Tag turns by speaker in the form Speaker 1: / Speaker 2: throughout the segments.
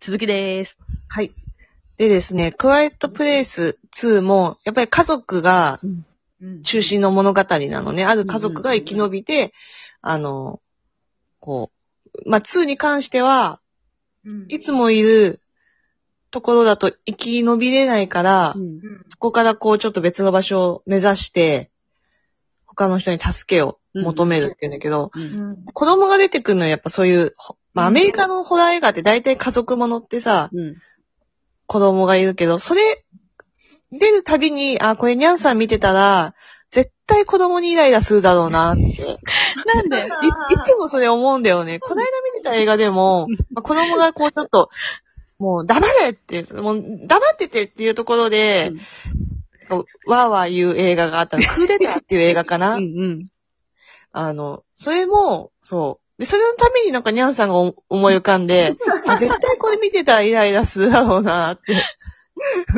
Speaker 1: 続きです。
Speaker 2: はい。
Speaker 3: でですね、クワイエットプレイス2も、やっぱり家族が
Speaker 1: うん
Speaker 3: 中心の物語なのね。ある家族が生き延びて、あの、こう、まあ、2に関しては、いつもいるところだと生き延びれないから、
Speaker 2: うん。
Speaker 3: そこからこうちょっと別の場所を目指して、他の人に助けを求めるっていうんだけど、
Speaker 2: うん。
Speaker 3: 子供が出てくるのはやっぱそういう、ほまあ、アメリカのホラー映画って大体家族ものってさ、
Speaker 2: うん。
Speaker 3: 子供がいるけど、それ、出るたびに、あ、これニャンさん見てたら、絶対子供にイライラするだろうなって。い
Speaker 1: なんで
Speaker 3: いつもそれ思うんだよね。こないだ見てた映画でも、まあ子供がこうちょっと、 もう黙れって、もう黙っててっていうところで、こうわーわー言う映画があったの。クーデターっていう映画かな、
Speaker 2: うん。うん。
Speaker 3: あの、それも、そう。で、それのためになんかニャンさんがお思い浮か んで、あ絶対これ見てたらイライラするだろうなって。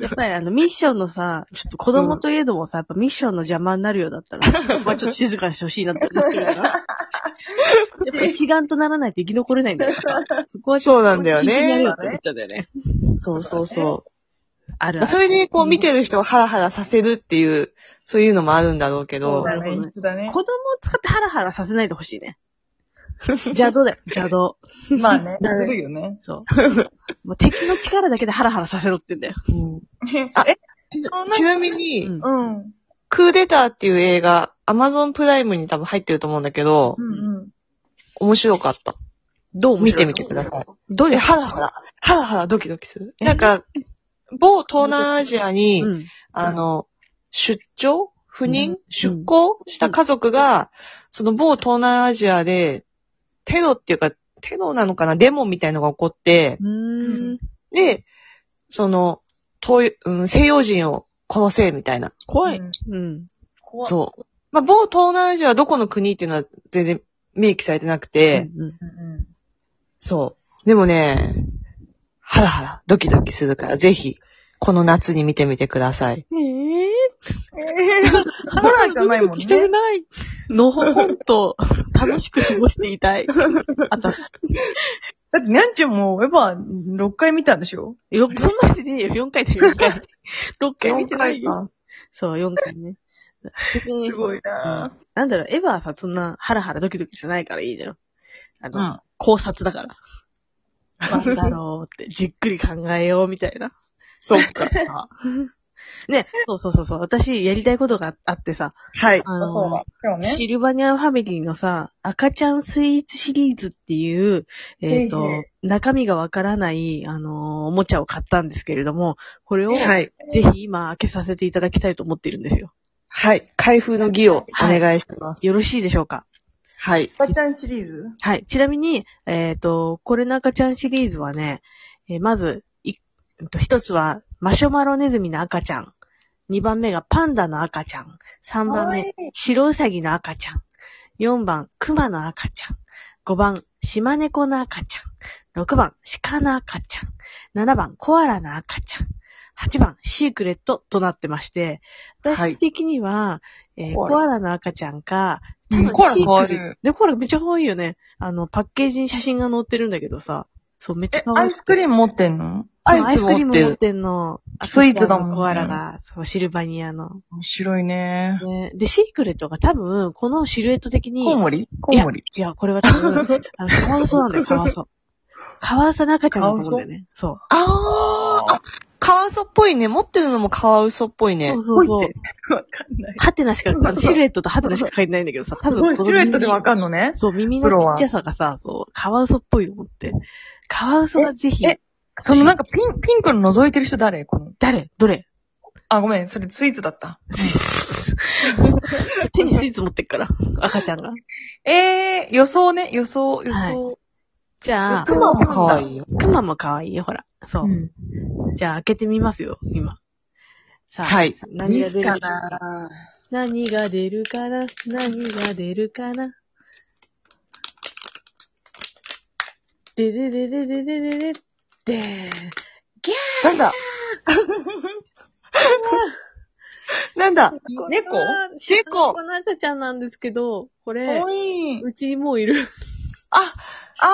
Speaker 2: やっぱりあの、ミッションのさ、ちょっと子供といえどもさ、やっぱミッションの邪魔になるようだったら、そこはちょっと静かにしてほしいなって思ってるから。やっぱ一丸とならないと生き残れないんだよ。そこはちょっと
Speaker 3: そうなんだよね
Speaker 2: 真剣にやれよって思っちゃうんだよね。
Speaker 3: そうそうそう。
Speaker 2: あるある。
Speaker 3: まあそれで、こう、見てる人をハラハラさせるっていう、そういうのもあるんだろうけ
Speaker 1: そ
Speaker 3: ど
Speaker 1: う、だね、いつだね
Speaker 2: 子。供を使ってハラハラさせないでほしいね。邪道だよ、邪道。
Speaker 1: まあね、
Speaker 2: うん
Speaker 1: するよね。
Speaker 2: そう。もう敵の力だけでハラハラさせろって言うんだよ。
Speaker 3: うんあ
Speaker 1: え、
Speaker 3: ち
Speaker 1: そんな
Speaker 3: ちなみに、
Speaker 2: うん
Speaker 1: うん。うん
Speaker 3: クーデターっていう映画、アマゾンプライムに多分入ってると思うんだけど、
Speaker 1: うん。
Speaker 3: 面白かった。
Speaker 2: どう
Speaker 3: 見てみてください。
Speaker 2: どうい
Speaker 3: え、
Speaker 2: う
Speaker 3: ハラハラ、ハラハラドキドキする。
Speaker 2: え
Speaker 3: なんか、某東南アジアに、
Speaker 2: うん。
Speaker 3: あの、出張赴任、
Speaker 2: うん
Speaker 3: 出向した家族が、その某東南アジアで、テロっていうか、テロなのかなデモみたいのが起こって、
Speaker 2: うん。
Speaker 3: で、その、東洋うん、西洋人を殺せ、みたいな。
Speaker 2: 怖い。
Speaker 1: うん
Speaker 2: うん。
Speaker 1: 怖う。
Speaker 3: そう。まあ、某東南アジアはどこの国っていうのは全然明記されてなくて、
Speaker 2: うん
Speaker 1: うん
Speaker 3: そう。でもね、ハラハラ、ドキドキするから、ぜひ、この夏に見てみてください。
Speaker 2: ええ
Speaker 1: ええー、ホラーじゃないもんね
Speaker 2: し。てない。のほほんと、楽しく過ごしていたい。あたし。
Speaker 1: だって、にゃんちゅんも、エヴァ、6回見たんでしょ
Speaker 2: よ、そんなわけねえよ。4回 だよ、4回。6回見てないよ。
Speaker 3: よ。
Speaker 2: そう、4回ね。別に
Speaker 1: す、ごいな
Speaker 2: なんだろう、エヴァはさ、そんな、ハラハラドキドキしないからいいのよ。あ
Speaker 1: ぁ。
Speaker 2: の、考察だから。なんだろうって、じっくり考えよう、みたいな。
Speaker 3: そう か。
Speaker 2: ね、そうそうそうそう。私、やりたいことがあってさ、
Speaker 3: はい。
Speaker 2: あ
Speaker 1: うん。そう
Speaker 2: の、
Speaker 1: だ。今日ね。
Speaker 2: シルバニアファミリーのさ、赤ちゃんスイーツシリーズっていう、えっ、と、
Speaker 1: へいへ
Speaker 2: 中身がわからない、あのーおもちゃを買ったんですけれども、これを、
Speaker 3: はい。
Speaker 2: ぜひ今開けさせていただきたいと思っているんですよ。
Speaker 3: はい。開封の儀をお願いします。
Speaker 2: よろしいでしょうか
Speaker 3: はい。
Speaker 1: バちゃんシリーズ
Speaker 2: はい。ちなみに、えっ、と、これの赤ちゃんシリーズはね、えーまず、い、うんと、一つは、マシュマロネズミの赤ちゃん。二番目がパンダの赤ちゃん。三番目、
Speaker 1: いい。
Speaker 2: 白ウサギの赤ちゃん。4番、熊の赤ちゃん。5番、島猫の赤ちゃん。6番、鹿の赤ちゃん。7番、コアラの赤ちゃん。8番、シークレットとなってまして、
Speaker 3: は
Speaker 2: 私
Speaker 3: い
Speaker 2: 的には、えー
Speaker 1: コアラ
Speaker 2: コアラの赤ちゃんか、
Speaker 3: うんコアラ可愛い
Speaker 2: シークレットね、コアラめっちゃ可愛いよね。あの、パッケージに写真が載ってるんだけどさ、そう、めっちゃ
Speaker 1: え
Speaker 2: 可、
Speaker 1: ア
Speaker 2: 愛
Speaker 1: イ
Speaker 2: い
Speaker 1: ス。クリーム持ってんの
Speaker 3: ア
Speaker 2: そう
Speaker 3: イス
Speaker 2: クリー
Speaker 3: 持っ
Speaker 2: ム
Speaker 3: て
Speaker 2: 持っ
Speaker 3: る。
Speaker 2: てんの。
Speaker 1: スイーツだもんね
Speaker 2: コアラが、そう、シルバニアの。
Speaker 1: 面白いね。
Speaker 2: ねで、シークレットが多分、このシルエット的に、
Speaker 1: コウモリコウモリ。
Speaker 2: いや、違う、これは多 分、あの、カワウソなんだよ、カワウソ。カワウソの赤ちゃんだと思うんだよね。そう。
Speaker 3: あーあ、カワウソっぽいね。持ってるのもカワウソっぽいね。
Speaker 2: そうそうそう
Speaker 1: すごい。わかんない。
Speaker 2: ハテ ナしか、あのシルエットとハテナしか書いてないんだけどさ、多
Speaker 1: す
Speaker 2: 分
Speaker 1: ごい、
Speaker 2: この
Speaker 1: シルエットでわかんのね。
Speaker 2: そう、耳
Speaker 1: プロ
Speaker 2: のち
Speaker 1: は
Speaker 2: っちゃさがさ、そう、カワウソっぽいと思って。カワウソがぜひ
Speaker 1: え、えそのなんかピン、ピンクの覗いてる人誰この。
Speaker 2: 誰ど れ
Speaker 1: あ、ごめん、それスイーツだった。
Speaker 2: 手にスイーツ持ってっから、赤ちゃんが。
Speaker 1: えー、予想ね、予想、予想。
Speaker 2: じゃあ、
Speaker 1: そう
Speaker 3: クマも可愛いよ。
Speaker 2: クマも可愛いよ、ほら。そうう。
Speaker 1: ん
Speaker 2: じゃあ、開けてみますよ、今。さあ、
Speaker 3: はい。
Speaker 2: 何が出るでしょうか。
Speaker 1: な
Speaker 2: 何が出るかな何が出るかなでででででででででー
Speaker 3: なん だなんだ
Speaker 1: 猫
Speaker 3: 猫
Speaker 2: この赤ちゃんなんですけど、こ
Speaker 1: か
Speaker 2: れ、
Speaker 1: わいい。
Speaker 2: うちにもういる。
Speaker 1: あ、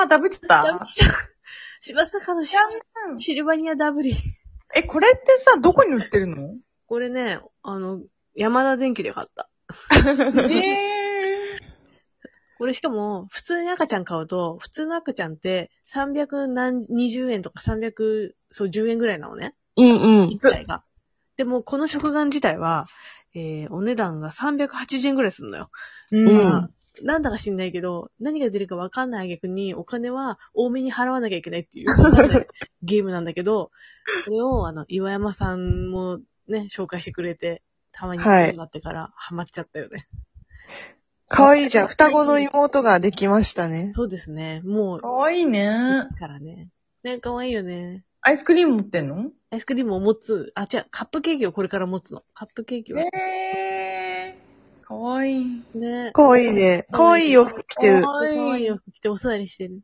Speaker 1: あ、ダブっちゃった。
Speaker 2: ダブっちゃった柴坂のシ
Speaker 1: 残念
Speaker 2: シルバニアダブリ。
Speaker 1: え、これってさ、どこに売ってるの
Speaker 2: これね、あの、山田電機で買った。
Speaker 1: え
Speaker 2: これしかも、普通に赤ちゃん買うと、普通の赤ちゃんって320円とか310円ぐらいなのね。
Speaker 3: うんうん。
Speaker 2: 自体が。でも、この食玩自体は、えー、お値段が380円ぐらいするのよ。
Speaker 1: ー。う
Speaker 3: うん
Speaker 1: ん。
Speaker 2: まあなんだか知んないけど、何が出るかわかんない逆に、お金は多めに払わなきゃいけないっていうわかんないゲームなんだけど、それを、あの、岩山さんもね、紹介してくれて、たまに
Speaker 3: はい
Speaker 2: なってからハマっちゃったよね。
Speaker 3: かわいいじゃん。双子の妹ができましたね。
Speaker 2: そうですね。もう
Speaker 1: か、わいいね
Speaker 2: で。すからね。ね、かわいいよね。
Speaker 1: アイスクリーム持ってんの
Speaker 2: アイスクリームを持つ、あ、違う、カップケーキをこれから持つの。カップケーキは。
Speaker 1: えー。かわいい。
Speaker 2: ね。
Speaker 3: かわいいね。かわいい洋服着てる
Speaker 2: か。わいい洋服着てお座りしてる。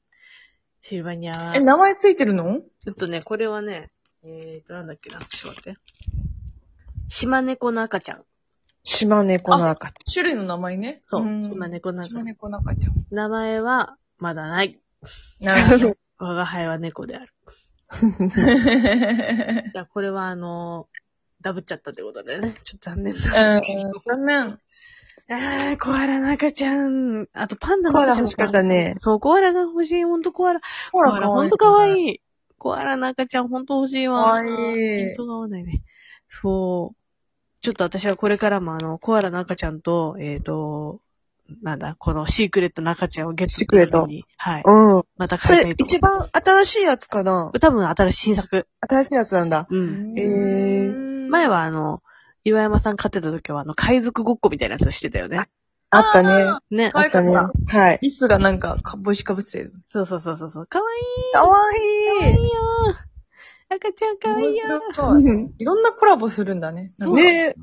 Speaker 2: シルバニアは。
Speaker 1: え、名前ついてるの
Speaker 2: えっとね、これはね、えーと、なんだっけな。ちょっと待って。島猫の赤ちゃん。
Speaker 3: 島猫の赤ち
Speaker 1: 種類の名前ね。
Speaker 2: そう。
Speaker 1: ん
Speaker 2: 島猫の赤ちゃ
Speaker 1: 島
Speaker 2: ん。
Speaker 1: 猫の赤ちゃん。
Speaker 2: 名前は、まだない。
Speaker 1: な るほど。
Speaker 2: 我が輩は猫である。いや、これはあのーダブっちゃったってことだよね。ちょっと残念だ。
Speaker 1: 残念。
Speaker 2: あー、コアラの赤ちゃん。あと、パンダ
Speaker 3: ゃん。
Speaker 2: の
Speaker 3: コア
Speaker 2: 赤ちゃ
Speaker 3: ラ
Speaker 2: ん。
Speaker 3: 欲しかった。ね。
Speaker 2: そう、コアラが欲しい。ほんとコアラ。
Speaker 1: ほ
Speaker 2: コアラ、ほんとかわ
Speaker 1: い。
Speaker 2: いい。コアラの赤ちゃん、ほんと欲しいわ。
Speaker 1: かわいい
Speaker 2: ほんとが合わないね。そう。ちょっと私はこれからもあの、コアラの赤ちゃんと、えっ、と、なんだ、このシークレットの赤ちゃんをゲット
Speaker 3: シークレット
Speaker 2: するのに。はい。
Speaker 3: うん。
Speaker 2: また
Speaker 3: そ
Speaker 2: 買いた
Speaker 3: れ
Speaker 2: い、と思う
Speaker 3: 一番新しいやつかな
Speaker 2: 多分新しい新作。
Speaker 3: 新しいやつなんだ。
Speaker 2: うん。
Speaker 3: え
Speaker 2: 前はあの、岩山さん買ってた時はあの、海賊ごっこみたいなやつしてたよね。
Speaker 3: あったね。
Speaker 2: ね。
Speaker 1: 可
Speaker 3: あ
Speaker 1: 愛
Speaker 3: っ
Speaker 1: か
Speaker 3: た
Speaker 1: った
Speaker 3: ね。はい。
Speaker 1: リスがなんか、か帽子かぶってる。
Speaker 2: そうそうそうそうそう。かわいい。
Speaker 1: かわ
Speaker 2: かわい
Speaker 1: い
Speaker 2: いよ。赤ちゃんかわいいよ。
Speaker 1: い。いろんなコラボするんだね。
Speaker 2: そう
Speaker 3: ね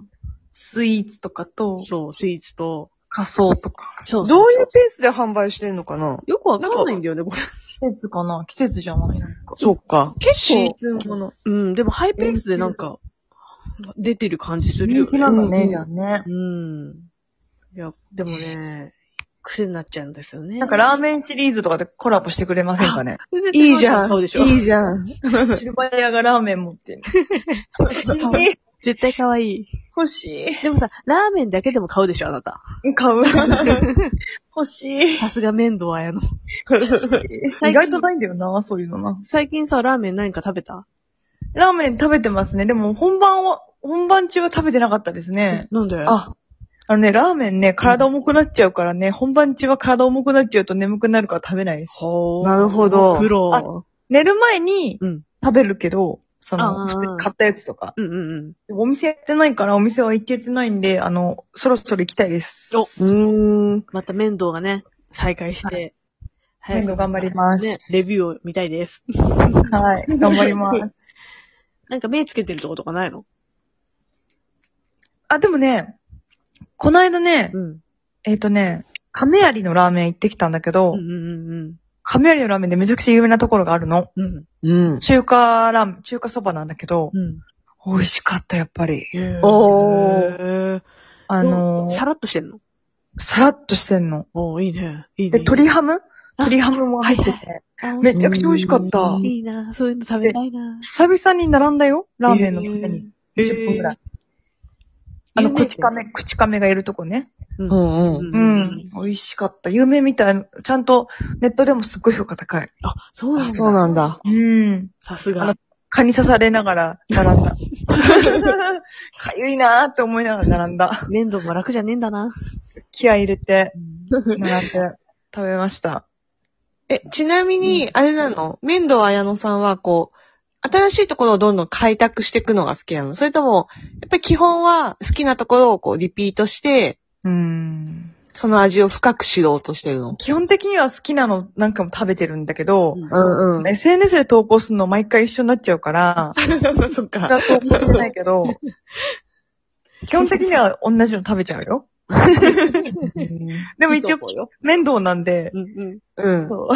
Speaker 1: スイーツとかと、
Speaker 2: そう、スイーツと。
Speaker 1: 仮装とか。
Speaker 2: そう
Speaker 3: どういうペースで販売してんのかな
Speaker 2: よくわかんないんだよね、これ。
Speaker 1: 季節かな季節じゃないなんか。
Speaker 3: そうか。
Speaker 2: 結構
Speaker 3: シーズンもの。
Speaker 2: うん、でもハイペースでなんか、出てる感じするよね。
Speaker 1: なんだ
Speaker 3: う
Speaker 1: ね、
Speaker 3: ん
Speaker 1: じゃあね。
Speaker 2: うん。いや、でもね、癖になっちゃうんですよね。
Speaker 1: なんかラーメンシリーズとかでコラボしてくれませんかね。
Speaker 3: いいじゃん。
Speaker 2: そう
Speaker 3: い
Speaker 2: でしょ
Speaker 3: いじゃん。
Speaker 1: シルバニアがラーメン持ってる。欲しい。
Speaker 2: 絶対可愛い。
Speaker 1: 欲し
Speaker 2: でもさ、ラーメンだけでも買うでしょ、あなた。
Speaker 1: い。買う。欲しい。
Speaker 2: さすが面倒やの。
Speaker 1: 意外とないんだよな、そういうのな。
Speaker 2: 最近さ、ラーメン何か食べた
Speaker 1: ラーメン食べてますね。でも本番は、本番中は食べてなかったですね。
Speaker 2: なんであ、
Speaker 1: あ、あのね、ラーメンね、体重くなっちゃうからね、本番中は体重くなっちゃうと眠くなるから食べないです。
Speaker 2: ほー。
Speaker 3: なるほど
Speaker 2: 苦労。
Speaker 1: 寝る前に
Speaker 2: うん
Speaker 1: 食べるけど、そ
Speaker 2: あー
Speaker 1: の、普通に買ったやつとか。
Speaker 2: うんうんうん。
Speaker 1: でもお店やってないから、お店は行けてないんで、あの、そろそろ行きたいです。
Speaker 2: お
Speaker 3: うーん。
Speaker 2: また面倒がね、再開して。
Speaker 1: はい面倒頑張ります
Speaker 2: ね、レビューを見たいです。
Speaker 1: はい。頑張り ます。
Speaker 2: なんか目つけてるとことかないの
Speaker 1: あ、でもね、この間ね、
Speaker 2: うん。
Speaker 1: えっ、とね、亀有のラーメン行ってきたんだけど、
Speaker 2: うんうんうん
Speaker 1: 亀有のラーメンでめちゃくちゃ有名なところがあるの。
Speaker 2: うん。うん。
Speaker 3: うん。
Speaker 1: 中華ラーメン、中華そばなんだけど、
Speaker 2: うん。
Speaker 1: 美味しかった、やっぱり。
Speaker 3: お
Speaker 2: ー。
Speaker 1: あのー
Speaker 2: さらっとしてんの
Speaker 1: さらっとしてんの。
Speaker 2: おー、いいね。いいね。
Speaker 1: で、鶏ハム
Speaker 2: あ
Speaker 1: 鶏ハムも入ってて。
Speaker 2: あ
Speaker 1: めちゃくちゃ美味しかった。
Speaker 2: いいなそういうの食べたいな
Speaker 1: 久々に並んだよ、ラーメンのために。10分くらい。あの、口亀、口亀がいるとこね。
Speaker 2: う。
Speaker 3: うんんうん。
Speaker 1: う
Speaker 2: うん
Speaker 1: ん。美味しかった。有名みたい。ちゃんと、ネットでもすっごい評価高い。
Speaker 2: あ、そうなん
Speaker 3: あ
Speaker 2: だ。
Speaker 3: そうなんだ。
Speaker 1: うん。
Speaker 2: さす
Speaker 1: あ
Speaker 2: が
Speaker 1: の。蚊に刺されながら並 んだ。かゆいなーって思いながら並んだ。
Speaker 2: 面倒も楽じゃねえんだな。
Speaker 1: 気合い入れて、並んで食べました。
Speaker 3: え、ちなみに、あれなの面倒綾乃さんは、こう、新しいところをどんどん開拓していくのが好きなのそれとも、やっぱり基本は好きなところをこう、リピートして、
Speaker 1: うん。
Speaker 3: その味を深く知ろうとしてるの。
Speaker 1: 基本的には好きなのなんかも食べてるんだけど、
Speaker 3: うん うん。
Speaker 1: SNS で投稿するの毎回一緒になっちゃうから、
Speaker 3: そっ
Speaker 1: それ
Speaker 3: か。
Speaker 1: は投稿してないけ ど、基本的には同じの食べちゃうよ。でも一応、
Speaker 2: 応、
Speaker 1: 面倒なんで、
Speaker 2: うんうん。
Speaker 3: うん。
Speaker 1: そう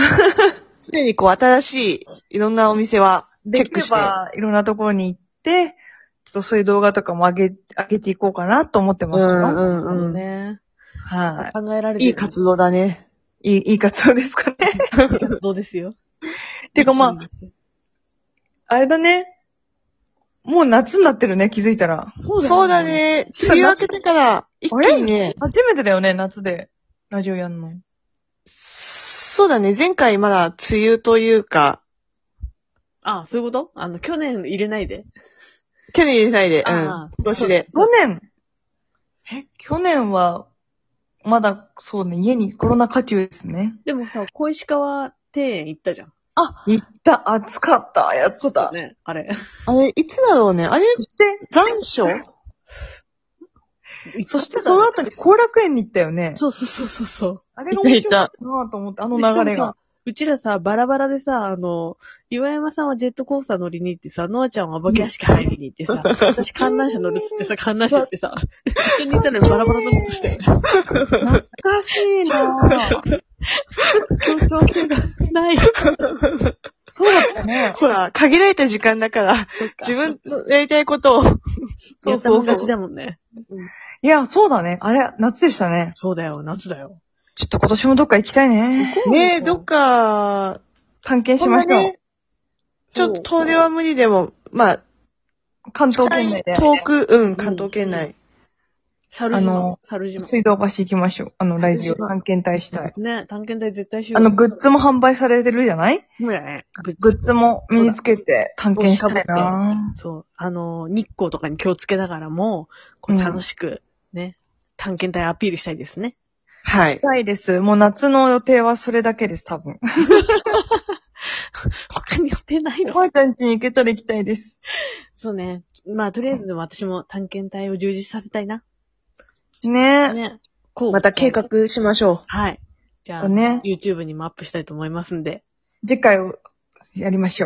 Speaker 3: 常にこう、新しい、いろんなお店は、チ
Speaker 1: で
Speaker 3: ェッ
Speaker 1: き
Speaker 3: ク
Speaker 1: れ
Speaker 3: して。
Speaker 1: ばいろんなところに行って、ちょっとそういう動画とかも上げ、上げていこうかなと思ってますよ。
Speaker 2: あ
Speaker 3: ん
Speaker 2: のね。
Speaker 1: は
Speaker 2: 考えられてる
Speaker 3: いい活動だね。
Speaker 1: い。いい、いい活動ですかね。
Speaker 2: いい活動ですよ。
Speaker 1: てかまあ
Speaker 2: いい活動ですよ
Speaker 1: あれだね。もう夏になってるね、気づいたら。
Speaker 3: そうだ。ね。
Speaker 1: そうだ
Speaker 3: 梅雨
Speaker 1: ね
Speaker 3: 明けてから、一気にね。
Speaker 1: 初めてだよね、夏で。ラジオやんの。
Speaker 3: そうだね。前回まだ梅雨というか、
Speaker 2: あそういうことあの、去年入れないで。
Speaker 3: 去年入れないで、うん。
Speaker 2: あ
Speaker 3: 今
Speaker 2: ー
Speaker 3: 年で。
Speaker 1: 去年、え、去年は、まだ、そうね、家にコロナ禍中ですね。
Speaker 2: でもさ、小石川庭園行ったじゃん。
Speaker 1: 行った、暑かった、やつだ。
Speaker 2: ね、あれ。
Speaker 3: あれ、いつだろうね。あれ、
Speaker 1: で、
Speaker 3: 残暑
Speaker 1: そしてその後に後楽園に行ったよね。
Speaker 2: そうそうそうそうそう。
Speaker 1: あれが面
Speaker 3: 行
Speaker 1: 白か
Speaker 3: っ
Speaker 1: ったなと思って、あの流れ
Speaker 2: しかも
Speaker 1: が
Speaker 2: さ。。うちらさ、バラバラでさ、あの、岩山さんはジェットコースター乗りに行ってさ、ノアちゃんはお化け屋敷入りに行ってさ、私観覧車乗るっつってさ、観覧車ってさ、一緒に行ったのにバラバラなことして。
Speaker 1: 懐かしいなぁ
Speaker 2: 協調性がない。
Speaker 1: そうだったね。
Speaker 3: ほら、限られた時間だ から、自分のやりたいことを。
Speaker 1: そうそうそう
Speaker 2: やったもん勝ちだもんね。
Speaker 1: いや、そうだね。あれ、夏でしたね。
Speaker 2: そうだよ、夏だよ。
Speaker 1: ちょっと今年もどっか行きたいね。
Speaker 3: ねえ、どっか、
Speaker 1: 探検し
Speaker 3: こん
Speaker 1: ま
Speaker 3: な
Speaker 1: しょう。
Speaker 3: ね、ちょっと遠出は無理でも、まあ、
Speaker 1: 関東圏内で。
Speaker 3: 遠く、うん、関東圏内。
Speaker 2: 猿
Speaker 1: あ
Speaker 2: 島
Speaker 1: の。
Speaker 2: 猿島。
Speaker 1: 水道橋行きましょう。あの、ラジオ
Speaker 3: 私は
Speaker 1: 探検隊したい。
Speaker 2: ね、探検隊絶対しよう。
Speaker 1: あの、グッズも販売されてるじゃない
Speaker 2: もやね。グッ
Speaker 1: グッズも身につけて探検したいな
Speaker 2: そう。あの、日光とかに気をつけながらも、こう
Speaker 1: うん
Speaker 2: 楽しく、ね、探検隊アピールしたいですね。
Speaker 3: はい。
Speaker 1: したいです。もう夏の予定はそれだけです、多分。
Speaker 2: 他に予定ない
Speaker 1: お
Speaker 2: の
Speaker 1: ばあちゃん家に行けたら行きたいです。
Speaker 2: そうね。まあ、とりあえずでも私も探検隊を充実させたいな。
Speaker 1: ねえ。
Speaker 2: ね。こう。
Speaker 3: また計。画しましょ
Speaker 2: はい。じゃあ、
Speaker 1: だね
Speaker 2: YouTube にもアップしたいと思いますんで。
Speaker 1: 次回をやりましょう。